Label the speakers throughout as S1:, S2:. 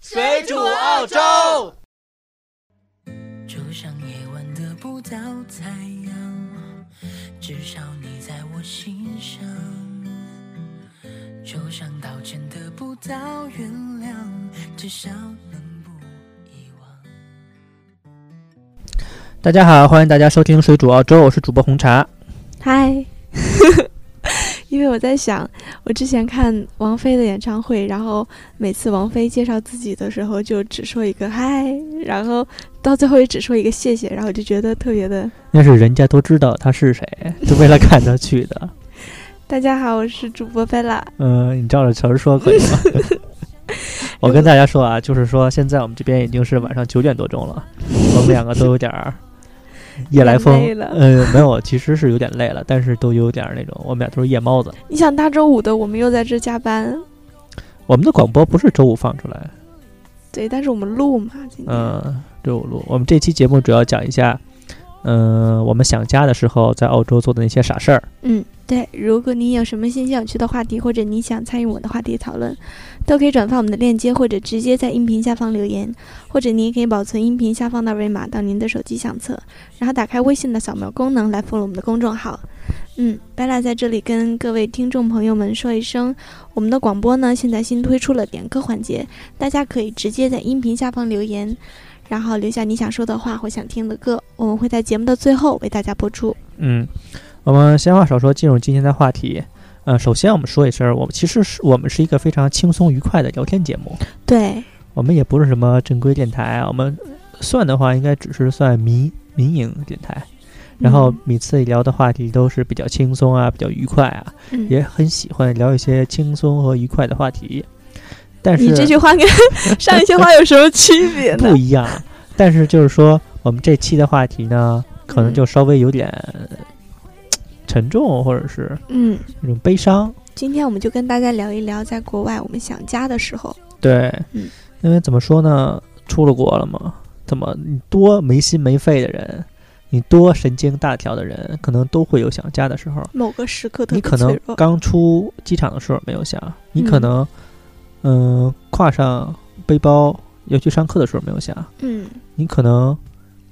S1: 水煮澳洲。
S2: 就像夜晚的不倒太阳，至少你在我心上。就像道歉得不到原谅，至少能不遗忘。
S3: 大家好，欢迎大家收听《水煮澳洲》，我是主播红茶。
S4: 嗨， 因为我在想，我之前看王菲的演唱会，然后每次王菲介绍自己的时候，就只说一个嗨，然后到最后也只说一个谢谢，然后我就觉得特别的。
S3: 那是人家都知道他是 谁，就为了看他去的。
S4: 大家好，我是主播贝拉。
S3: 嗯、你照着词儿说可以吗？ 我跟大家说啊，就是说现在我们这边已经是晚上九点多钟了，我们两个都有点儿夜来风
S4: 有点累。了
S3: 嗯，没有，其实是有点累了，但是都有点儿那种，我们俩都是夜猫子。
S4: 你想大周五的我们又在这加班，
S3: 我们的广播不是周五放出来，
S4: 对，但是我们录嘛，今天、
S3: 嗯，周五录。我们这期节目主要讲一下，嗯、我们想家的时候在澳洲做的那些傻事儿。
S4: 嗯，对，如果你有什么新鲜有趣的话题，或者你想参与我的话题讨论，都可以转发我们的链接，或者直接在音频下方留言，或者你也可以保存音频下方的二维码到您的手机相册，然后打开微信的扫描功能来 follow 我们的公众号。嗯，贝拉在这里跟各位听众朋友们说一声，我们的广播呢现在新推出了点歌环节，大家可以直接在音频下方留言，然后留下你想说的话或想听的歌，我们会在节目的最后为大家播出。
S3: 嗯，我们闲话少说，进入今天的话题。呃，首先我们说一声，我们其实是我们是一个非常轻松愉快的聊天节目，
S4: 对，
S3: 我们也不是什么正规电台，啊我们算的话应该只是算民民营电台。然后每次聊的话题都是比较轻松啊，比较愉快啊，
S4: 嗯。嗯
S3: 也很喜欢聊一些轻松和愉快的话题。 但是
S4: 你这句话 跟上一句话有什么区别呢
S3: 不？一样。但是就是说，我们这期的话题呢，可能
S4: 嗯
S3: 就稍微有点呃沉重，或者是
S4: 嗯，
S3: 那种悲伤。
S4: 今天我们就跟大家聊一聊，在国外我们想家的时候，
S3: 对，
S4: 嗯
S3: 因为怎么说呢，出了国了嘛，怎么你多没心没肺的人，你多神经大条的人，可能都会有想家的时候。
S4: 某个时刻特
S3: 你
S4: 别
S3: 可能
S4: 脆弱。
S3: 刚出机场的时候没有想，你可
S4: 嗯
S3: 能嗯、挎上背包要去上课的时候没有想，
S4: 嗯，
S3: 你可能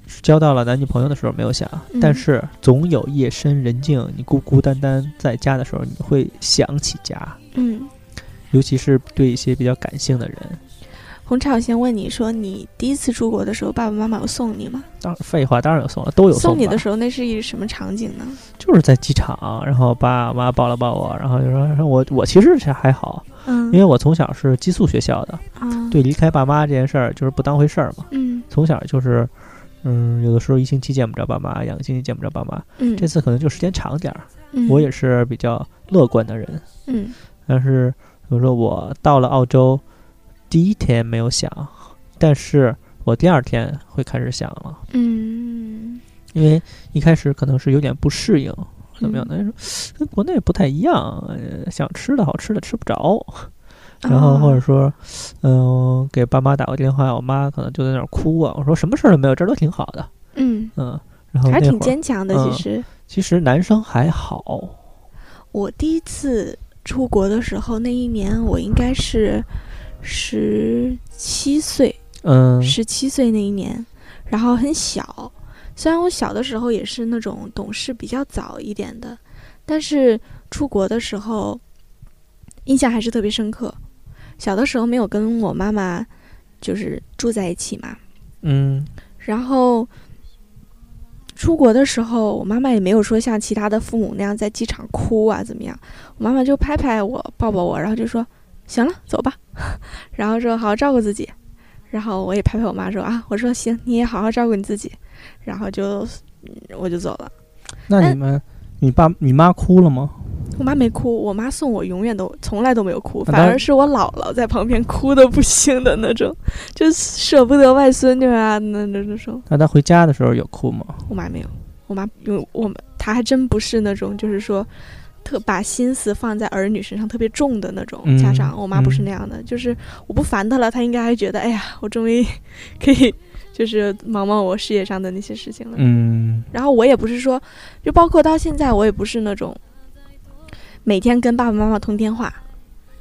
S3: 是交到了男女朋友的时候没有想，
S4: 嗯
S3: 但是总有夜深人静，你孤孤单单在家的时候，你会想起家，
S4: 嗯，
S3: 尤其是对一些比较感性的人。
S4: 红茶，我先问你说，你第一次出国的时候，爸爸妈妈有送你吗？
S3: 当然，废话当然有送了，都有
S4: 送你
S3: 吧
S4: 的时候，那是一什么场景呢？
S3: 就是在机场，然后爸妈抱了抱我，然后就说说我我其实是还好，
S4: 嗯，
S3: 因为我从小是寄宿学校的，
S4: 啊，，
S3: 对离开爸妈这件事儿就是不当回事儿嘛，
S4: 嗯
S3: 从小就是。嗯，有的时候一星期见不着爸妈，两个星期见不着爸妈。
S4: 嗯，
S3: 这次可能就时间长点儿。
S4: 嗯
S3: 我也是比较乐观的人，
S4: 嗯
S3: 但是比如说我到了澳洲，第一天没有想，但是我第二天会开始想了，
S4: 嗯
S3: 因为一开始可能是有点不适应，怎
S4: 嗯
S3: 么样的，跟国内不太一样，呃想吃的好吃的吃不着，
S4: 啊
S3: 然后或者说，嗯、给爸妈打个电话，我妈可能就在那儿哭啊，我说什么事儿都没有，这儿都挺好的，
S4: 嗯，
S3: 嗯，然后
S4: 还
S3: 那
S4: 挺
S3: 会儿
S4: 坚强的，
S3: 嗯
S4: 其实。
S3: 其实男生还好，
S4: 我第一次出国的时候，那一年我应该是十七岁，
S3: 嗯，
S4: 十七岁那一年，然后很小。虽然我小的时候也是那种懂事比较早一点的，但是出国的时候印象还是特别深刻。小的时候没有跟我妈妈就是住在一起嘛，
S3: 嗯
S4: 然后出国的时候，我妈妈也没有说像其他的父母那样在机场哭啊怎么样，我妈妈就拍拍我，抱抱我，然后就说：“行了，走吧。” 然后说：“好好照顾自己。”然后我也拍拍我妈说：“啊，我说行，你也好好照顾你自己。”然后就嗯我就走了。
S3: 那你
S4: 但
S3: 们，你爸你妈哭了吗？
S4: 我妈没哭，我妈送我永远都从来都没有哭，
S3: 那
S4: 反
S3: 当
S4: 而是我姥姥在旁边哭的不行的那种，就舍不得外孙女啊那那那种。
S3: 那她回家的时候有哭吗？
S4: 我妈没有，我妈因为我们她还真不是那种就是说特把心思放在儿女身上特别重的那种
S3: 嗯
S4: 家长，我妈不是
S3: 嗯
S4: 那样的，就是我不烦她了，她应该还觉得哎呀，我终于 可以就是忙忙我事业上的那些事情了。
S3: 嗯
S4: 然后我也不是说，就包括到现在，我也不是那种每天跟爸爸妈妈通电话，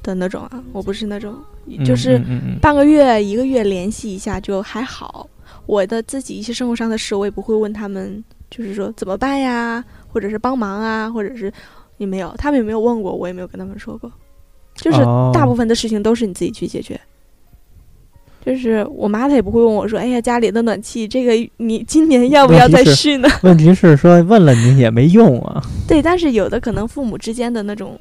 S4: 的那种啊，我不是那种，
S3: 嗯
S4: 就是
S3: 嗯嗯嗯
S4: 半个月、一个月联系一下就还好。我的自己一些生活上的事，我也不会问他们，就是说怎么办呀，或者是帮忙啊，或者是也没有，他们也没有问过，我也没有跟他们说过。就是
S3: 哦
S4: 大部分的事情都是你自己去解决。就是我妈她也不会问我说，哎呀，家里的暖气这个你今年要不要再
S3: 问题是
S4: 续呢？
S3: 问题是说问了你也没用啊。
S4: 对，但是有的可能父母之间的那种，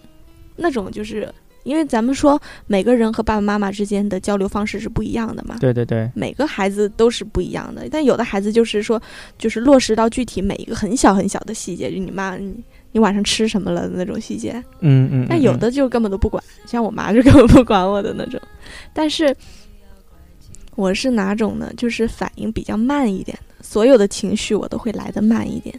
S4: 那种就是因为咱们说每个人和爸爸妈妈之间的交流方式是不一样的嘛。
S3: 对对对，
S4: 每个孩子都是不一样的，但有的孩子就是说，就是落实到具体每一个很小很小的细节，就你妈你你晚上吃什么了的那种细节。
S3: 嗯嗯。
S4: 但有
S3: 嗯
S4: 的就根本都不管，像我妈就根 本不管我的那种。但是我是哪种呢？就是反应比较慢一点的，所有的情绪我都会来得慢一点。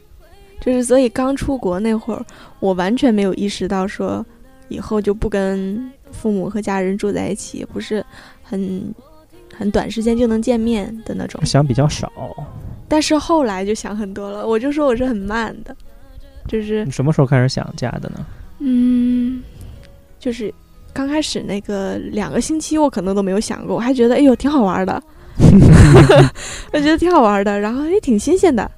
S4: 就是所以刚出国那会儿，我完全没有意识到说以后就不跟父母和家人住在一起，也不是很很短时间就能见面的那种
S3: 嗯。想比较少。
S4: 但是后来就想很多了，我就说我是很慢的，就是
S3: 你什么时候开始想家的呢？
S4: 嗯，就是刚开始那个两个星期，我可能都没有想过，我还觉得哎呦挺好 玩的，我觉得挺好玩的，然后也挺新鲜的，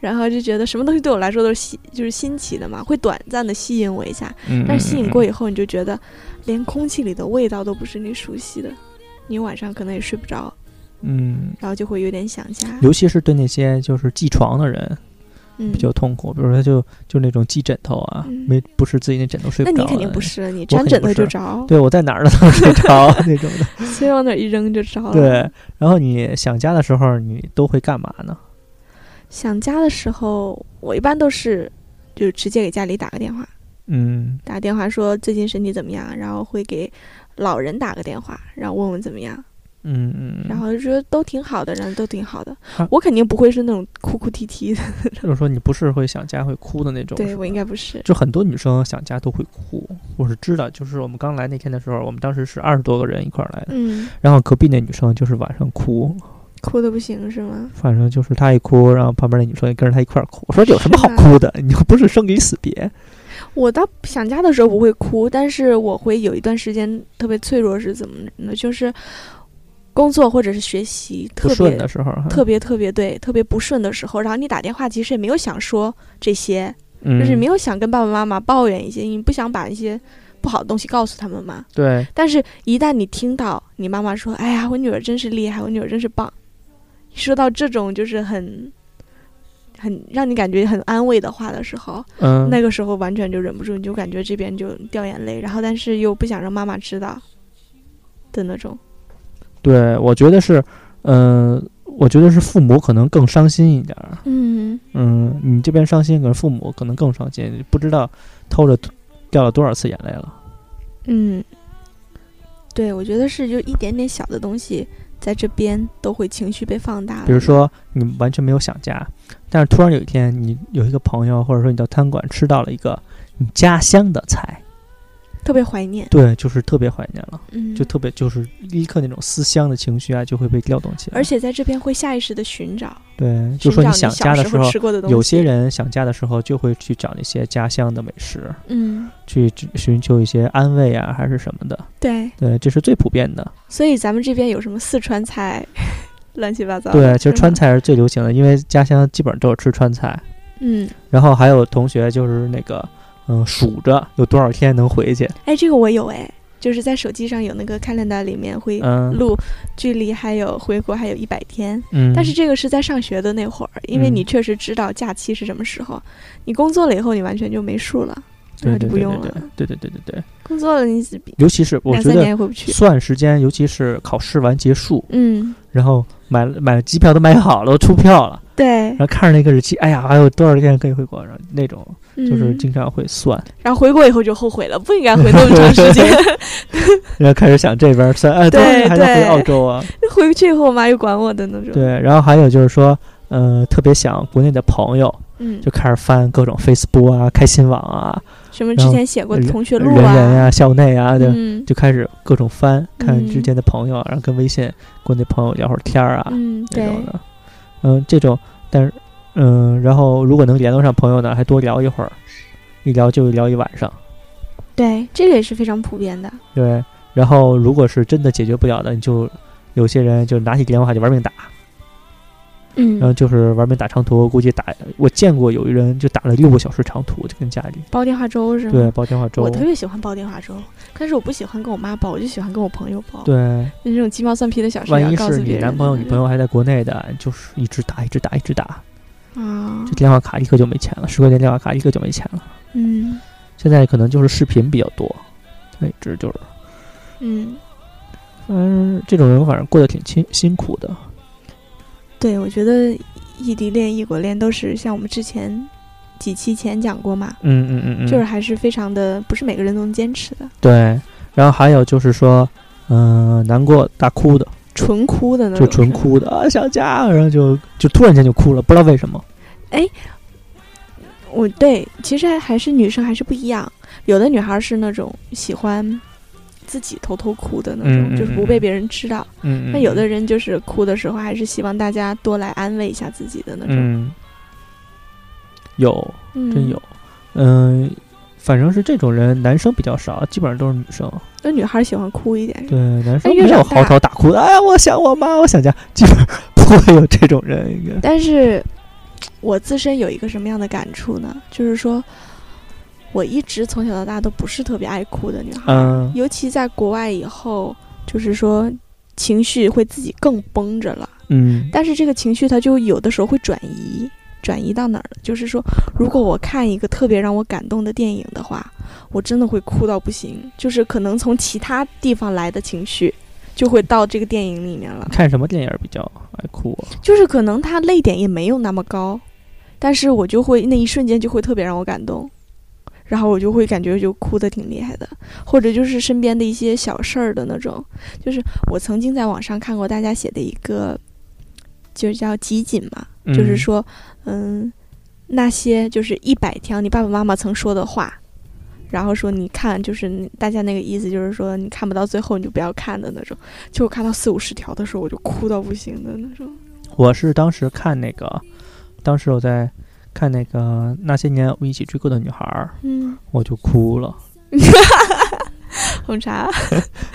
S4: 然后就觉得什么东西对我来说都是新，就是新奇的嘛，会短暂的吸引我一下，
S3: 嗯，
S4: 但是吸引过
S3: 嗯
S4: 以后，你就觉得连空气里的味道都不是你熟悉的，你晚上可能也睡不着，
S3: 嗯，
S4: 然后就会有点想家，
S3: 尤其是对那些就是寄床的人
S4: 嗯
S3: 比，较痛苦，比如说他就就那种寄枕头啊，
S4: 嗯
S3: 没不是自己那枕头睡
S4: 那
S3: 不着。
S4: 你肯定不。是，你
S3: 肯
S4: 沾
S3: 定
S4: 枕
S3: 不
S4: 头就是着，
S3: 对，我在哪儿 都能睡着啊那种的。
S4: 所以往那儿一扔就着了。
S3: 对，然后你想家的时候，你都会干嘛呢？
S4: 想家的时候，我一般都是就直接给家里打个电话，
S3: 嗯，
S4: 打电话说最近身体怎么样，然后会给老人打个电话，然后问问怎么样，
S3: 嗯嗯，
S4: 然后就说都挺好的，然后都挺好的。
S3: 啊
S4: 我肯定不会是那种哭哭啼啼的，
S3: 嗯就是说你不是会想家会哭的那种，
S4: 对
S3: 是
S4: 我应
S3: 吧
S4: 该 不是。
S3: 就很多女生想家都会哭，我是知道。就是我们刚来那天的时候，我们当时是二十多个人一块儿来的，
S4: 嗯，
S3: 然后隔壁那女生就是晚上哭，
S4: 哭的不行是吗？
S3: 反正就是她一哭，然后旁边那女生也跟着她一块儿哭。我啊说有什么好
S4: 是吧
S3: 哭的？ 你又不是生离死别。
S4: 我到想家的时候不会哭，但是我会有一段时间特别脆弱，是怎么呢？就是工作或者是学习
S3: 不
S4: 特
S3: 顺
S4: 别
S3: 的时候哈，
S4: 特别特别对特别不顺的时候，然后你打电话其实也没有想说这些，
S3: 就
S4: 就是没
S3: 有
S4: 有想跟爸爸妈妈抱怨一些，你不想把一些不好的东西告诉他们嘛。
S3: 对，
S4: 但是，一旦你听到你妈妈说：“哎呀，我女儿真是厉害，我女儿真是棒。”一说到这种就是很很让你感觉很安慰的话的时候，
S3: 嗯，
S4: 那个时候完全就忍不住，你就感觉这边就掉眼泪，然后但是又不想让妈妈知道的那种。
S3: 对，我觉得是，嗯、我觉得是父母可能更伤心一点儿。
S4: 嗯，
S3: 嗯，你这边伤心，可是父母可能更伤心，不知道偷着掉了多少次眼泪了。
S4: 嗯，对，我觉得是就一点点小的东西，在这边都会情绪被放大了。
S3: 比如，说，你完全没有想家，但是突然有一天，你有一个朋友，或者说你到餐馆吃到了一个你家乡的菜，
S4: 特别怀念，
S3: 对，就是特别怀念了，
S4: 嗯，
S3: 就特别就是立刻那种思乡的情绪啊，就会被调动起来。
S4: 而且在这边会下意识的寻找，
S3: 对，就
S4: 寻
S3: 说
S4: 找
S3: 你
S4: 你
S3: 想
S4: 小
S3: 家的
S4: 时
S3: 时候，
S4: 吃过的东西。
S3: 有些，人想家的时候就会去找那些家乡的美食，
S4: 嗯，
S3: 去寻求一些安慰啊，还是什么的。
S4: 对，
S3: 对，这是最普遍的。
S4: 所以咱们这边有什么四川菜， 乱七八糟的。
S3: 对，其实
S4: 是
S3: 川
S4: 吗，
S3: 菜是最流行的，因为家乡基本上都是吃川菜。
S4: 嗯，
S3: 然后还有同学就是那个，嗯，数着有多少天能回去，
S4: 哎，这个我有哎，就是在手机上有那个 calendar 里面会
S3: 嗯
S4: 录距离，还有回国还有一百天。
S3: 嗯，
S4: 但是这个是在上学的那会儿，因为你确实知道假期是什么时候，你工作了以后你完全就没数了，
S3: 对
S4: 那
S3: 对
S4: 就不
S3: 对
S4: 用
S3: 对
S4: 了。
S3: 对对对对对对，
S4: 工作了你只
S3: 尤其是我
S4: 两
S3: 觉
S4: 三年
S3: 得
S4: 也回不去。
S3: 算时间，尤其是考试完结束，
S4: 嗯，
S3: 然后买了买了机票都买好了，都出票了，
S4: 对
S3: 然，后看着那个日期，哎呀，还有多少天可以回国，然后那种就是
S4: 嗯
S3: 经常会算，
S4: 然后回国以后就后悔了，不应该回那么长时间。
S3: 然后开始想这边算，哎，多少
S4: 对
S3: 天还能回
S4: 对
S3: 澳洲啊？
S4: 回去以后，我妈又管我的那种。，
S3: 对，然后还有就是说，呃，特别想国内的朋友，
S4: 嗯
S3: 就，开始翻各种 Facebook 啊、开心网啊、
S4: 什么
S3: 然
S4: 之
S3: 后
S4: 前写过的同学
S3: 人
S4: 录啊
S3: 人呀、校内啊，就、
S4: 嗯
S3: 就开始各种翻，看之
S4: 嗯
S3: 间的朋友，然后跟微信国内朋友聊会儿天儿啊、
S4: 嗯，
S3: 那
S4: 对
S3: 种，的。嗯，这种，但是嗯，然后如果能联络上朋友呢，还多聊一会儿，一聊就聊一晚上。
S4: 对，这个也是非常普遍的。
S3: 对，然后如果是真的解决不了的，你就有些人就拿起电话就玩命打，然后
S4: 嗯，
S3: 就是玩命打长途，估计打我见过有一人就打了六个小时长途，就跟家里
S4: 煲电话粥是吗？
S3: 对煲电话粥
S4: 我，特别喜欢煲电话粥，但是我不喜欢跟我妈煲，我就喜欢跟我朋友煲。，
S3: 对，
S4: 那种鸡毛蒜皮的小事
S3: 万
S4: 要
S3: 一
S4: 啊告
S3: 是
S4: 诉
S3: 你
S4: 别人。
S3: 男朋友、女朋友还在国内的，就是一直打一直打一直打，
S4: 啊
S3: 这，电话卡立刻就没钱了，十块钱电话卡立刻就没钱了。
S4: 嗯
S3: 现在可能就是视频比较多，对，这就是，
S4: 嗯，
S3: 嗯，这种人反正过得挺辛辛苦的，
S4: 对，我觉得异地恋、异国恋都是像我们之前几期前讲过嘛，
S3: 嗯嗯嗯嗯，
S4: 就是还是非常的，不是每个人都能坚持的，
S3: 对。然后还有就是说，嗯、难过大哭的，
S4: 纯哭的那
S3: 就
S4: 种，
S3: 纯。哭的嗯啊，想家，然后就就突然间就哭了，不知道为什么。
S4: 我对，其实还还是女生还是不一样，有的女孩是那种喜欢自己偷偷哭的那种，
S3: 嗯嗯
S4: 就是
S3: 嗯
S4: 不被
S3: 嗯
S4: 别人知道。
S3: 嗯
S4: 那有的人就是哭的时候，还是希望大家多来安慰一下自己的那种。
S3: 嗯，有
S4: 嗯
S3: 真有。，嗯、反正是这种人，男生比较少，基本上都是女生。
S4: 那女孩喜欢哭一点。
S3: 对，男生
S4: 哎越
S3: 没有
S4: 长大
S3: 嚎啕大哭的。哎呀，我想我妈，我想家， 基本不会有这种人。应该，
S4: 但是，我自身有一个什么样的感触呢？就是说，我一直从小到大都不是特别爱哭的女孩，
S3: 嗯
S4: 尤其在国外以后，就是说情绪会自己更绷着了。
S3: 嗯
S4: 但是这个情绪它就有的时候会转移，转移到哪儿了？就是说，如果我看一个特别让我感动的电影的话，我真的会哭到不行，就是可能从其他地方来的情绪。就会到这个电影里面了，
S3: 看什么电影比较爱哭、啊？
S4: 就是可能他泪点也没有那么高，但是我就会那一瞬间就会特别让我感动，然后我就会感觉就哭的挺厉害的，或者就是身边的一些小事儿的那种，就是我曾经在网上看过大家写的一个，就是叫集锦嘛，就是
S3: 嗯，
S4: 说，嗯，那些就是一百条你爸爸妈妈曾说的话，然后说你看，就是大家那个意思就是说你看不到最后你就不要看的那种。就我看到四五十条的时候，我就哭到不行的那种。
S3: 我是当时看那个，当时我在看那个那些年我们一起追过的女孩儿，
S4: 嗯，
S3: 我就哭了。
S4: 红茶，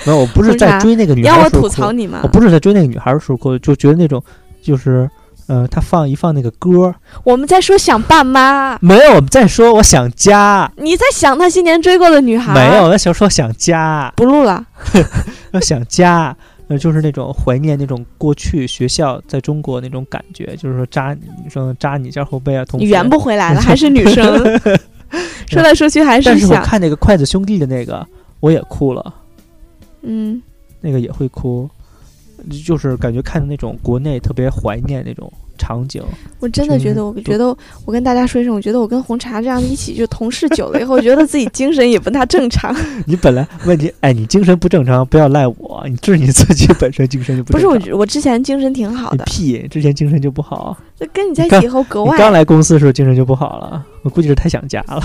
S3: 没有，我不是
S4: 为啥
S3: 在追那个
S4: 你
S3: 女孩
S4: 让
S3: 儿的
S4: 我
S3: 时候
S4: 吐
S3: 哭，
S4: 槽你吗
S3: 我？不是在追那个女孩儿的时候哭，就觉得那种就是，呃，她放一放那个歌儿，
S4: 我们在说想爸妈，
S3: 没有，我们在说我想家，
S4: 你在想那些年追过的女孩。
S3: 没有，，我在想说想家，
S4: 不录了。
S3: 我想家。呃，就是那种怀念那种过去学校在中国那种感觉，就是说扎女生扎你一下后背啊，同
S4: 你
S3: 学
S4: 圆不回来了，还是女 生。说来说去还
S3: 但是我
S4: 想，
S3: 看那个筷子兄弟的那个，我也哭了，
S4: 嗯，
S3: 那个也会哭，就是感觉看的那种国内特别怀念那种场景。
S4: 我真的觉得，我觉得我跟大家说一声，我觉得我跟红茶这样一起就同事久 了以后，觉得自己精神也不大正常。
S3: 你本来问题，哎，你精神不正常，不要赖我，你这是你自己本身精神就不
S4: 不
S3: 正常。
S4: 是我觉，我之前精神挺好
S3: 你
S4: 的，
S3: 屁，之前精神就不好，
S4: 就跟你在一起以后格
S3: 你
S4: 外
S3: 刚来公司的时候精神就不好了，我估计是太想家了。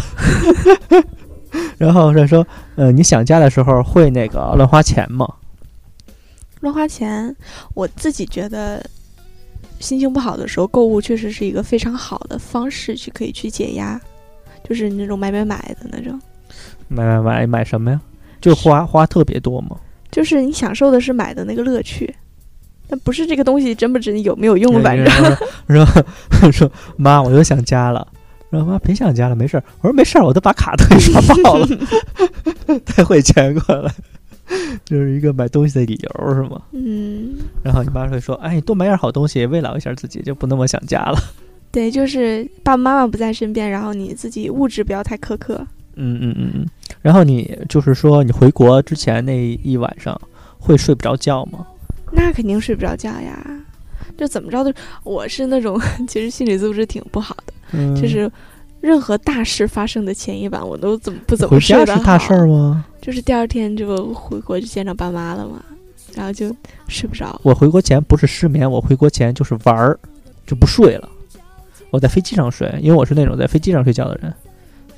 S3: 然后再说，呃，你想家的时候会那个乱花钱吗？
S4: 乱花钱。我自己觉得，心情不好的时候，购物确实是一个非常好的方式去可以去解压，就是那种买买买的那种。
S3: 买买买买什么呀？就花花特别多吗？
S4: 就是你享受的是买的那个乐趣，但不是这个东西真不真有没有
S3: 哎
S4: 用，反正
S3: 然后然后 说妈，我又想家了。然后妈别想家了，没事儿。我说没事儿，我都把卡都给刷爆了， 再汇钱过来，就是一个买东西的理由是吗？
S4: 嗯，
S3: 然后你妈会说，哎，你多买点好东西，慰劳一下自己，就不那么想家了。
S4: 对，就是爸爸妈妈不在身边，然后你自己物质不要太苛刻。
S3: 嗯嗯嗯嗯。然后你就是说，你回国之前那一晚上会睡不着觉吗？
S4: 那肯定睡不着觉呀。就怎么着都，我是那种 其实心理素质挺不好的，
S3: 嗯，
S4: 就是任何大事发生的前一晚，我都怎么不怎
S3: 回
S4: 么睡
S3: 家
S4: 得
S3: 是大事儿
S4: 好
S3: 吗？
S4: 就是第二天就回国就见着爸妈了嘛，然后就睡不着。
S3: 我回国前不是失眠，我回国前就是玩儿，就不睡了。我在飞机上睡，因为我是那种在飞机上睡觉的人，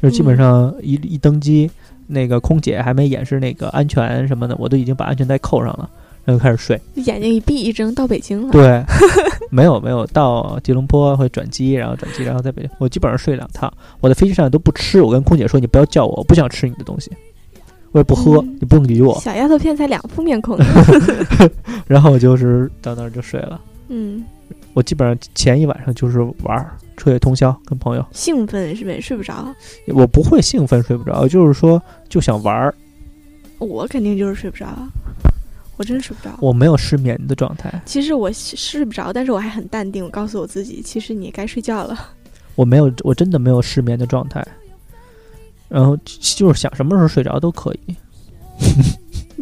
S3: 就是基本上一、一登机，那个空姐还没演示那个安全什么的，我都已经把安全带扣上了，然后开始睡。
S4: 眼睛一闭一睁到北京了，
S3: 对，没有没有，到吉隆坡会转机，然后转机，然后在北京，我基本上睡两趟。我在飞机上都不吃，我跟空姐说你不要叫我，我不想吃你的东西。我也不喝，
S4: 嗯
S3: 你不用理我。
S4: 小丫头片才两副面孔呢。
S3: 然后我就是到那儿就睡了。
S4: 嗯，
S3: 我基本上前一晚上就是玩儿，彻夜通宵跟朋友。
S4: 兴奋是呗，睡不着。
S3: 我不会兴奋睡不着，就是说就想玩儿，
S4: 我肯定就是睡不着，我真睡不着。
S3: 我没有失眠的状态，
S4: 其实我是睡不着，但是我还很淡定。我告诉我自己，其实你该睡觉了。
S3: 我没有，我真的没有失眠的状态。然后就是想什么时候睡着都可以，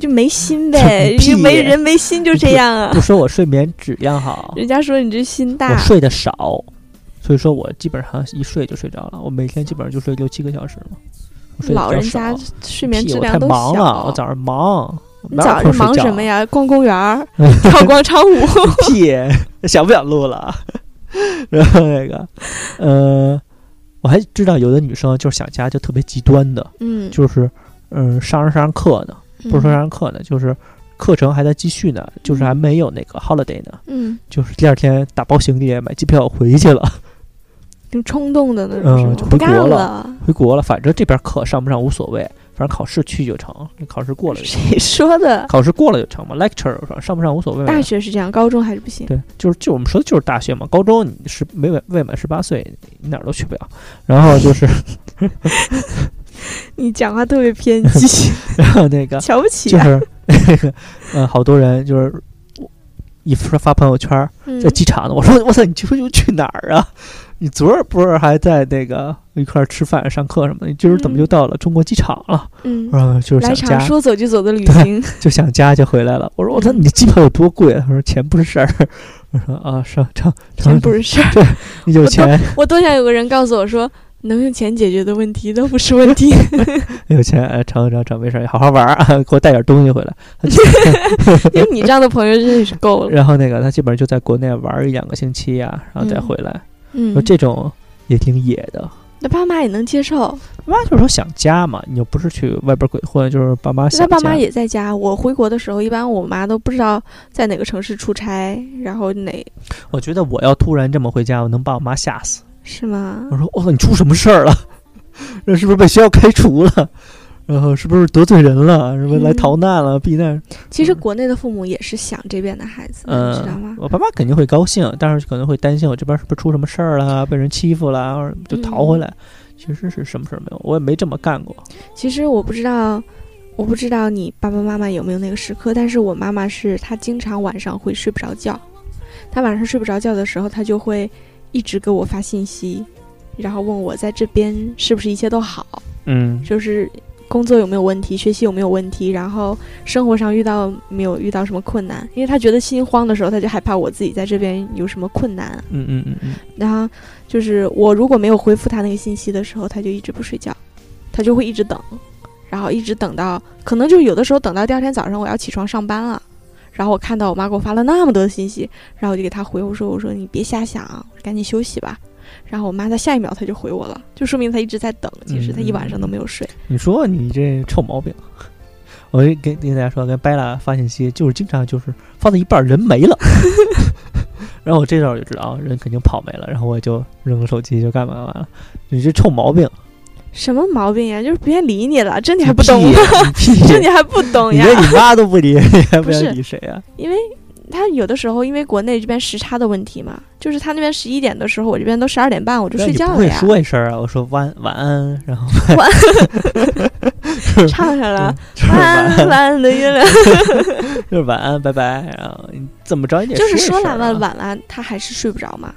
S4: 就没心呗，
S3: 屁
S4: 就没
S3: 耶
S4: 人没心就这样啊
S3: 不。说我睡眠质量好，
S4: 人家说你这心
S3: 我
S4: 大，
S3: 睡得少，所以说我基本上一睡就睡着了。我每天基本上就睡六七个小时嘛，我睡得比较
S4: 老人
S3: 少
S4: 家睡眠
S3: 屁
S4: 质
S3: 我
S4: 量
S3: 太
S4: 都
S3: 忙了，
S4: 小
S3: 我。早上忙，
S4: 你
S3: 哪有
S4: 早
S3: 空
S4: 上
S3: 睡
S4: 忙
S3: 觉，
S4: 什么？呀？逛公园儿 跳广场舞。
S3: 屁，想不想录了？ 然后那个，呃，我还知道有的女生就是想家就特别极端的，
S4: 嗯，
S3: 就是嗯、呃上着上着课呢，不是说上着课呢，就是课程还在继续呢，就是还没有那个 holiday 呢，
S4: 嗯，
S3: 就是第二天打包行李买机票回去了，
S4: 挺冲动的那
S3: 嗯
S4: 种是吧，
S3: 就
S4: 不
S3: 回
S4: 干
S3: 国了
S4: 了。
S3: 回国了，反正这边课上不上无所谓，反正考试去就成，考试过了就成，
S4: 谁说的？
S3: 考试过了就成嘛，lecture 上上不上无所谓嘛。
S4: 大学是这样，高中还是 不行。
S3: 对，就是就我们说的就是大学嘛，高中你是没满未满十八岁，你哪儿都去不了。然后就是，
S4: 你讲话特别偏 激，
S3: 然后那个
S4: 瞧不起
S3: 就
S4: 啊。
S3: 是那个，呃，好多人就是一发发朋友圈儿
S4: 嗯
S3: 在机场呢，我说我操，你去又去哪儿啊？你昨儿不是还在那个一块儿吃饭、上课什么的，你今儿怎么就
S4: 嗯
S3: 到了中国机场了？
S4: 嗯，
S3: 然后就是
S4: 来
S3: 想
S4: 场
S3: 家，
S4: 说嗯走就走的 旅
S3: 对
S4: 行。
S3: 就想家就回来了。我说我操，你的机票有多贵啊？他说钱不是事儿。 我说啊，上上
S4: 真
S3: 上，
S4: 不是事儿。
S3: 你有
S4: 我都
S3: 钱
S4: 我多想有个人告诉我说，能用钱解决的问题都不是 问题。
S3: 有钱，哎，尝尝尝，没事儿，好好玩儿啊，给我带点东西回来。他 基
S4: 因为你这样的朋友真的是够 了。
S3: 然后那个他基本上就在国内玩儿一两个星期呀、然后再回来。
S4: 嗯
S3: 说，这种也挺野的，
S4: 那爸妈也能接受，
S3: 爸妈就是说想家嘛，你又不是去外边鬼混，就是爸妈
S4: 他
S3: 想家。
S4: 爸妈也在家。我回国的时候，一般我妈都不知道在哪个城市出差，然后哪
S3: 我觉得我要突然这么回家，我能把我妈吓死。
S4: 是吗
S3: 我？说我操、你出什么事儿了？ 那是不是被学校开除了？然后是不是得罪人了？是不是来
S4: 嗯
S3: 逃难了、避难？
S4: 其实国内的父母也是想这边的孩子的，你知道
S3: 嗯
S4: 吗，？
S3: 我爸妈肯定会高兴，但是可能会担心我这边是不是出什么事儿了，啊被人欺负了，或者就逃回来。其实是什么事儿没有，我也没这么干过。
S4: 其实我不知道，我不知道你爸爸妈妈有没有那个时刻，但是我妈妈是她经常晚上会睡不着觉，她晚上睡不着觉的时候，她就会一直给我发信息，然后问我在这边是不是一切都好，
S3: 嗯
S4: 就是工作有没有问题，学习有没有问题，然后生活上遇到没有遇到什么困难，因为她觉得心慌的时候，她就害怕我自己在这边有什么困难，
S3: 嗯嗯嗯嗯，
S4: 然后就是我如果没有回复他那个信息的时候，他就一直不睡觉，他就会一直等，然后一直等到可能就是有的时候等到第二天早上我要起床上班了，然后我看到我妈给我发了那么多的信息，然后我就给她回我说我说你别瞎想，啊赶紧休息吧。然后我妈在下一秒她就回我了，就说明她一直在等，其实她一晚上都没有睡。
S3: 你说你这臭毛 病，我就跟跟大家说，跟贝拉发信息就是经常就是发到一半儿人没 了，然后我这时候就知道啊人肯定跑没了，然后我就扔了手机就干嘛干嘛了。你这臭毛病，
S4: 什么毛病呀？就是别理你了，这你
S3: 你
S4: 还不懂
S3: 屁
S4: 吗？
S3: 呀你 屁
S4: 这
S3: 呀
S4: 你还不懂
S3: 你
S4: 呀？
S3: 连你妈都不理，你还不
S4: 不是
S3: 想理谁啊？
S4: 因为他有的时候因为国内这边时差的问题嘛，就是他那边十一点的时候，我这边都十二点半，我就
S3: 那
S4: 睡
S3: 你
S4: 觉
S3: 不
S4: 了
S3: 会
S4: 呀，
S3: 说一声啊？我说晚晚安，然后
S4: 唱上了
S3: 就是
S4: 晚
S3: 晚
S4: 安
S3: 安，
S4: 晚安的月亮，
S3: 就是晚安，拜拜。然后你怎么着你得
S4: 就是
S3: 说
S4: 说
S3: 一声
S4: 晚安
S3: 啊
S4: 晚安，他还是睡不着嘛。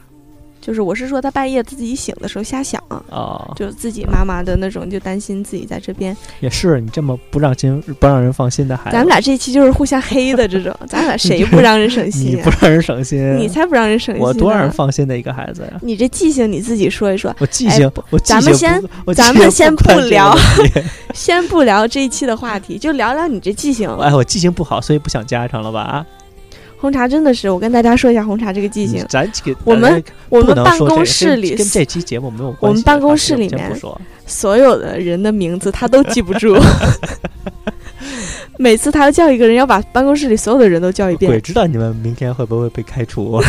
S4: 就是我是说他半夜自己醒的时候瞎想，
S3: 哦，
S4: 就自己妈妈的那种，就担心自己在这边。
S3: 也是你这么不让心不让人放心的孩子，
S4: 咱们俩这期就是互相黑的这种，咱俩谁不让人省
S3: 你
S4: 心
S3: 不
S4: 呀？
S3: 让人省心，
S4: 啊你才不让人省心呢！
S3: 我多让人放心的一个孩子呀！
S4: 你这记性你自己说一说，
S3: 我记性，我记性
S4: 哎咱们先
S3: 不，我
S4: 咱
S3: 记性
S4: 们先
S3: 不堪
S4: 不
S3: 这个
S4: 聊
S3: 问题
S4: 先不聊这一期的话题，就聊聊你这记性。
S3: 哎，我记性不好，所以不想家长了吧？啊
S4: 红茶真的是，我跟大家说一下红茶这个记性
S3: 嗯。咱几个
S4: 我们
S3: 咱
S4: 我
S3: 不
S4: 们
S3: 能
S4: 办
S3: 说这
S4: 公
S3: 个
S4: 室
S3: 跟
S4: 里
S3: 跟这期节目没有关系。啊
S4: 我们办公室里
S3: 先
S4: 面
S3: 不说，
S4: 所有的人的名字他都记不 住，每次他要叫一个人，要把办公室里所有的人都叫一
S3: 鬼
S4: 遍。
S3: 知道你们明天会不会被开除。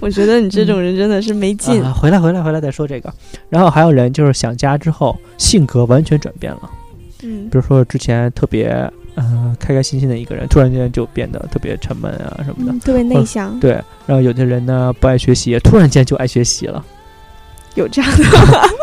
S4: 我觉得你这种人真的是没劲。
S3: 嗯啊，回来回来回来再说这个。然后还有人就是想家之后性格完全转变了，
S4: 嗯
S3: 比如说之前特别呃开开心心的一个人，突然间就变得特别沉闷啊什么的。
S4: 嗯，特别内向，
S3: 对，然后有的人呢不爱学习，突然间就爱学习了，
S4: 有这样的，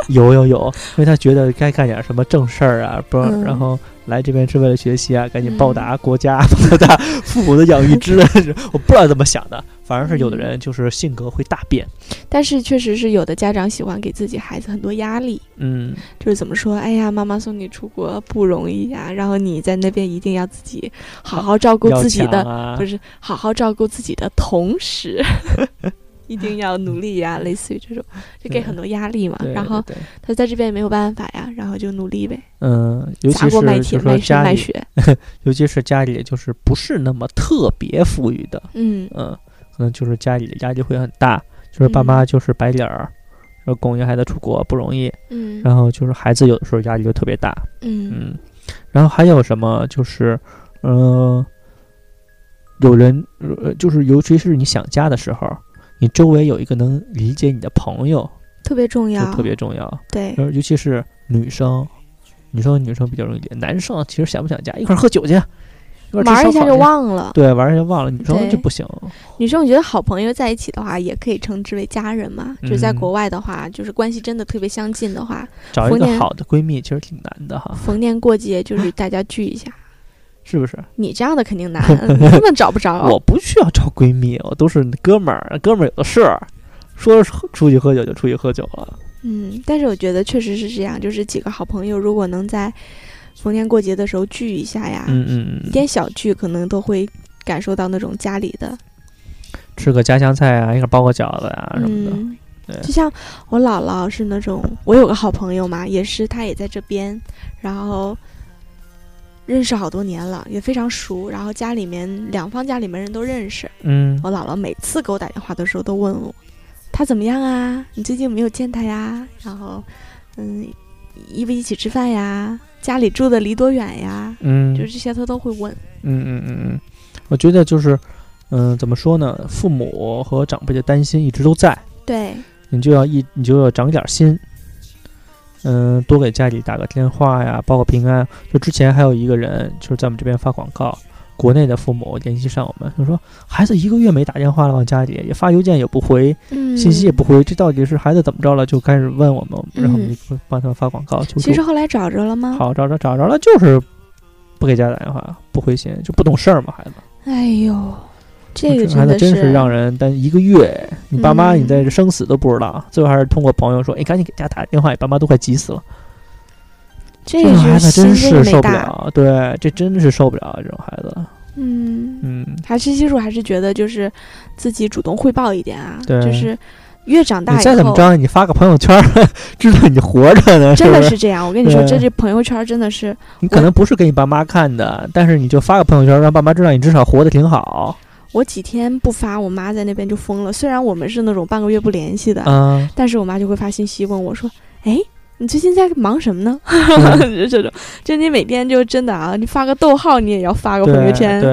S3: 有有有，因为他觉得该干点什么正事儿啊，不然、
S4: 嗯
S3: 然后来这边是为了学习啊，赶紧
S4: 嗯
S3: 报答国家、报答父母的养育之恩。我不知道怎么想的，反而是
S4: 嗯
S3: 有的人就是性格会大变，
S4: 但是确实是有的家长喜欢给自己孩子很多压力，
S3: 嗯，
S4: 就是怎么说，哎呀，妈妈送你出国不容易呀、然后你在那边一定要自己好好照顾
S3: 要
S4: 自己
S3: 强
S4: 的，
S3: 啊
S4: 不，是好好照顾自己的同时， 一定要努力呀、类似于这种，就给
S3: 对
S4: 很多压力嘛。
S3: 对
S4: 然后
S3: 对对
S4: 他在这边也没有办法呀，然后就努力呗，
S3: 嗯，尤
S4: 砸
S3: 其
S4: 锅卖
S3: 是就
S4: 铁，
S3: 是说
S4: 卖身
S3: 家
S4: 卖
S3: 里，
S4: 血，
S3: 尤其是家里就是不是那么特别富裕的，
S4: 嗯
S3: 嗯，可能就是家里的压力会很大，就是爸
S4: 嗯
S3: 妈就是白脸儿，说供一个孩子出国不容易，
S4: 嗯
S3: 然后就是孩子有的时候压力就特别大，
S4: 嗯
S3: 嗯，然后还有什么就是，呃，有人呃，就是尤其是你想家的时候，你周围有一个能理解你的朋友
S4: 特别重
S3: 就
S4: 要，
S3: 特别嗯重要，
S4: 对，
S3: 然后尤其是女生，女生女生比较容易理解，男生其实想不想家一块儿喝酒去，一块儿吃
S4: 玩一
S3: 烧
S4: 下
S3: 烤
S4: 就
S3: 去。
S4: 忘了。
S3: 对，玩一下就忘了，女生
S4: 对
S3: 就不行。
S4: 女生，我觉得好朋友在一起的话，也可以称之为家人嘛。就是在
S3: 嗯
S4: 国外的话，就是关系真的特别相近的话，
S3: 找
S4: 逢
S3: 一个
S4: 年
S3: 好的闺蜜其实挺难的哈，
S4: 逢年过节 就是大家聚一下。
S3: 是不是？
S4: 你这样的肯 定难，你根本找不着。
S3: 我不需要找闺蜜，我都是哥们儿，哥们儿有的是，说是出去喝酒就出去喝酒了。
S4: 嗯，但是我觉得确实是这样，就是几个好朋友如果能在逢年过节的时候聚一下呀，
S3: 嗯嗯
S4: 一
S3: 嗯，
S4: 点小聚可能都会感受到那种家里的
S3: 吃个家乡菜啊，一块儿包个饺子啊什么的。
S4: 嗯
S3: 对
S4: 就像我姥姥是那种，我有个好朋友嘛，也是她也在这边，然后认识好多年了，也非常熟，然后家里面两方家里面人都认识。
S3: 嗯
S4: 我姥姥每次给我打电话的时候都问我，她怎么样啊？你最近有没有见她呀？然后，嗯，一不一起吃饭呀？家里住的离多远呀？
S3: 嗯，
S4: 就是这些她都会问。
S3: 嗯嗯嗯嗯，我觉得就是，嗯、怎么说呢？父母和长辈的担心一直都在，
S4: 对，
S3: 你就要一你就要长点心，嗯、多给家里打个电话呀，报个平安。就之前还有一个人就是在我们这边发广告，国内的父母联系上我们，就说孩子一个月没打电话了，往家里也发邮件也不回，
S4: 嗯，
S3: 信息也不回，这到底是孩子怎么着了？就开始问我们，然后我们就帮他们发广告求助
S4: 其。实后来找着了吗？
S3: 好，找着找着了，就是不给家打电话，不回信，就不懂事儿嘛，孩子。
S4: 哎呦，这个
S3: 孩子
S4: 真的嗯
S3: 真是让人担一个月，你爸妈你在这生死都不知道，最后还是通过朋友说，哎，赶紧给家打个电话，你爸妈都快急死了。
S4: 这
S3: 这种孩
S4: 个
S3: 子
S4: 是
S3: 真是
S4: 心真没
S3: 受不
S4: 大。
S3: 了，对，这真是受不了这种孩子。
S4: 嗯，
S3: 嗯，
S4: 还是技术还是觉得就是自己主动汇报一点啊，
S3: 对
S4: 就是越长大
S3: 你
S4: 以后，
S3: 再怎么着，你发个朋友圈儿， 知道你活着呢，是
S4: 真
S3: 不
S4: 的
S3: 是？
S4: 是这样。我跟你说，
S3: 对
S4: 这这朋友圈真的是，
S3: 你可能不是给你爸妈看的，但是你就发个朋友圈，让爸妈知道你至少活得挺好。
S4: 我几天不发，我妈在那边就疯了。虽然我们是那种半个月不联系的，
S3: 嗯，
S4: 但是我妈就会发信息问我说：“哎，你最近在忙什么呢？”
S3: 嗯
S4: 就这种，就你每天就真的啊，你发个逗号，你也要发个
S3: 对
S4: 朋友圈，
S3: 对，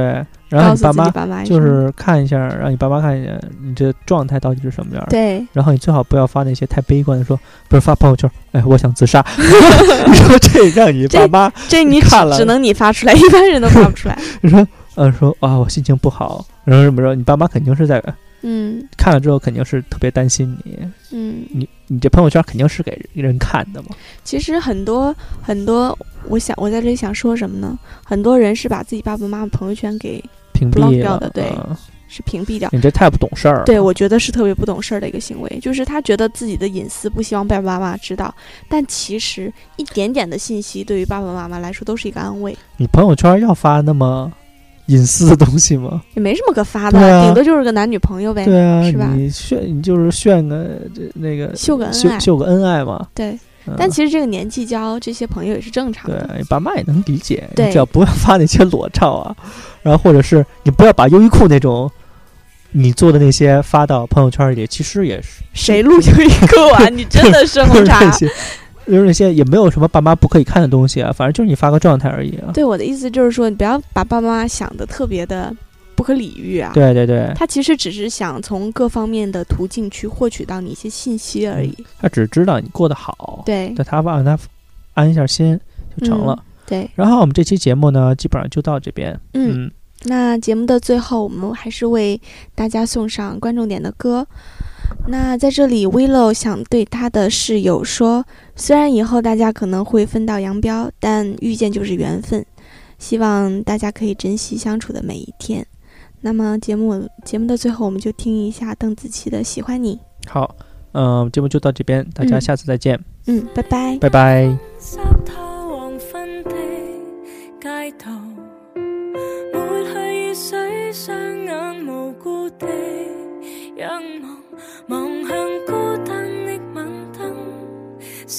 S3: 然后
S4: 告
S3: 你
S4: 诉
S3: 爸
S4: 自己
S3: 妈
S4: 爸妈一声
S3: 就是看一下，让你爸妈看一下你这状态到底是什么样儿。
S4: 对。
S3: 然后你最好不要发那些太悲观的说，不是发朋友圈，哎，我想自 杀。 你说这让你爸妈，
S4: 这你只
S3: 看了
S4: 只能你发 出来，一般人都发不出来。
S3: 你说，呃，说啊，我心情不好，然后什么说，你爸妈肯定是在
S4: 嗯
S3: 看了之后肯定是特别担心你，
S4: 嗯，
S3: 你你这朋友圈肯定是给人看的嘛。
S4: 其实很多很多，我想我在这里想说什么呢？很多人是把自己爸爸妈妈朋友圈给
S3: 屏
S4: Block
S3: 蔽
S4: 掉
S3: 了，
S4: 的对
S3: 嗯
S4: 是屏蔽掉，
S3: 你这太不懂事儿了。
S4: 对，我觉得是特别不懂事儿的一个行为，就是他觉得自己的隐私不希望爸爸妈妈知道，但其实一点点的信息对于爸爸妈妈来说都是一个安慰，
S3: 你朋友圈要发那么隐私的东西吗？
S4: 也没什么可发的，
S3: 对啊
S4: 顶多就是个男女朋友呗，
S3: 对啊，
S4: 是吧
S3: 你炫，你就是炫个这那个
S4: 秀个恩
S3: 秀
S4: 爱。
S3: 秀个恩爱嘛。
S4: 对，
S3: 嗯
S4: 但其实这个年纪交这些朋友也是正常的。
S3: 对，你爸妈也能理解，你
S4: 对
S3: 只要不要发那些裸照啊，然后或者是你不要把优衣库那种你做的那些发到朋友圈里，其实也是
S4: 谁录优衣库啊？你真的 是
S3: 就
S4: 红
S3: 是那
S4: 茶。
S3: 些，就是那些也没有什么爸妈不可以看的东西啊，反正就是你发个状态而已啊。
S4: 对我的意思就是说，你不要把爸爸妈妈想的特别的不可理喻啊。
S3: 对对对，
S4: 他其实只是想从各方面的途径去获取到你一些信息
S3: 嗯
S4: 而已。
S3: 他只知道你过得好，
S4: 对嗯
S3: 对他爸让他安一下心就成了。
S4: 对，
S3: 然后我们这期节目呢，基本上就到这边。
S4: 嗯。
S3: 嗯，
S4: 那节目的最后，我们还是为大家送上观众点的歌。那在这里，Willow 想对他的室友说：虽然以后大家可能会分道扬镳，但遇见就是缘分，希望大家可以珍惜相处的每一天。那么节目节目的最后，我们就听一下邓紫棋的《喜欢你》。
S3: 好，嗯、节目就到这边，大家
S4: 嗯
S3: 下次再见，
S4: 嗯，拜拜。
S3: 拜拜。
S2: 湿透黄昏的街道，抹去雨水，雙眼無辜地仰望，望向孤單的晚燈，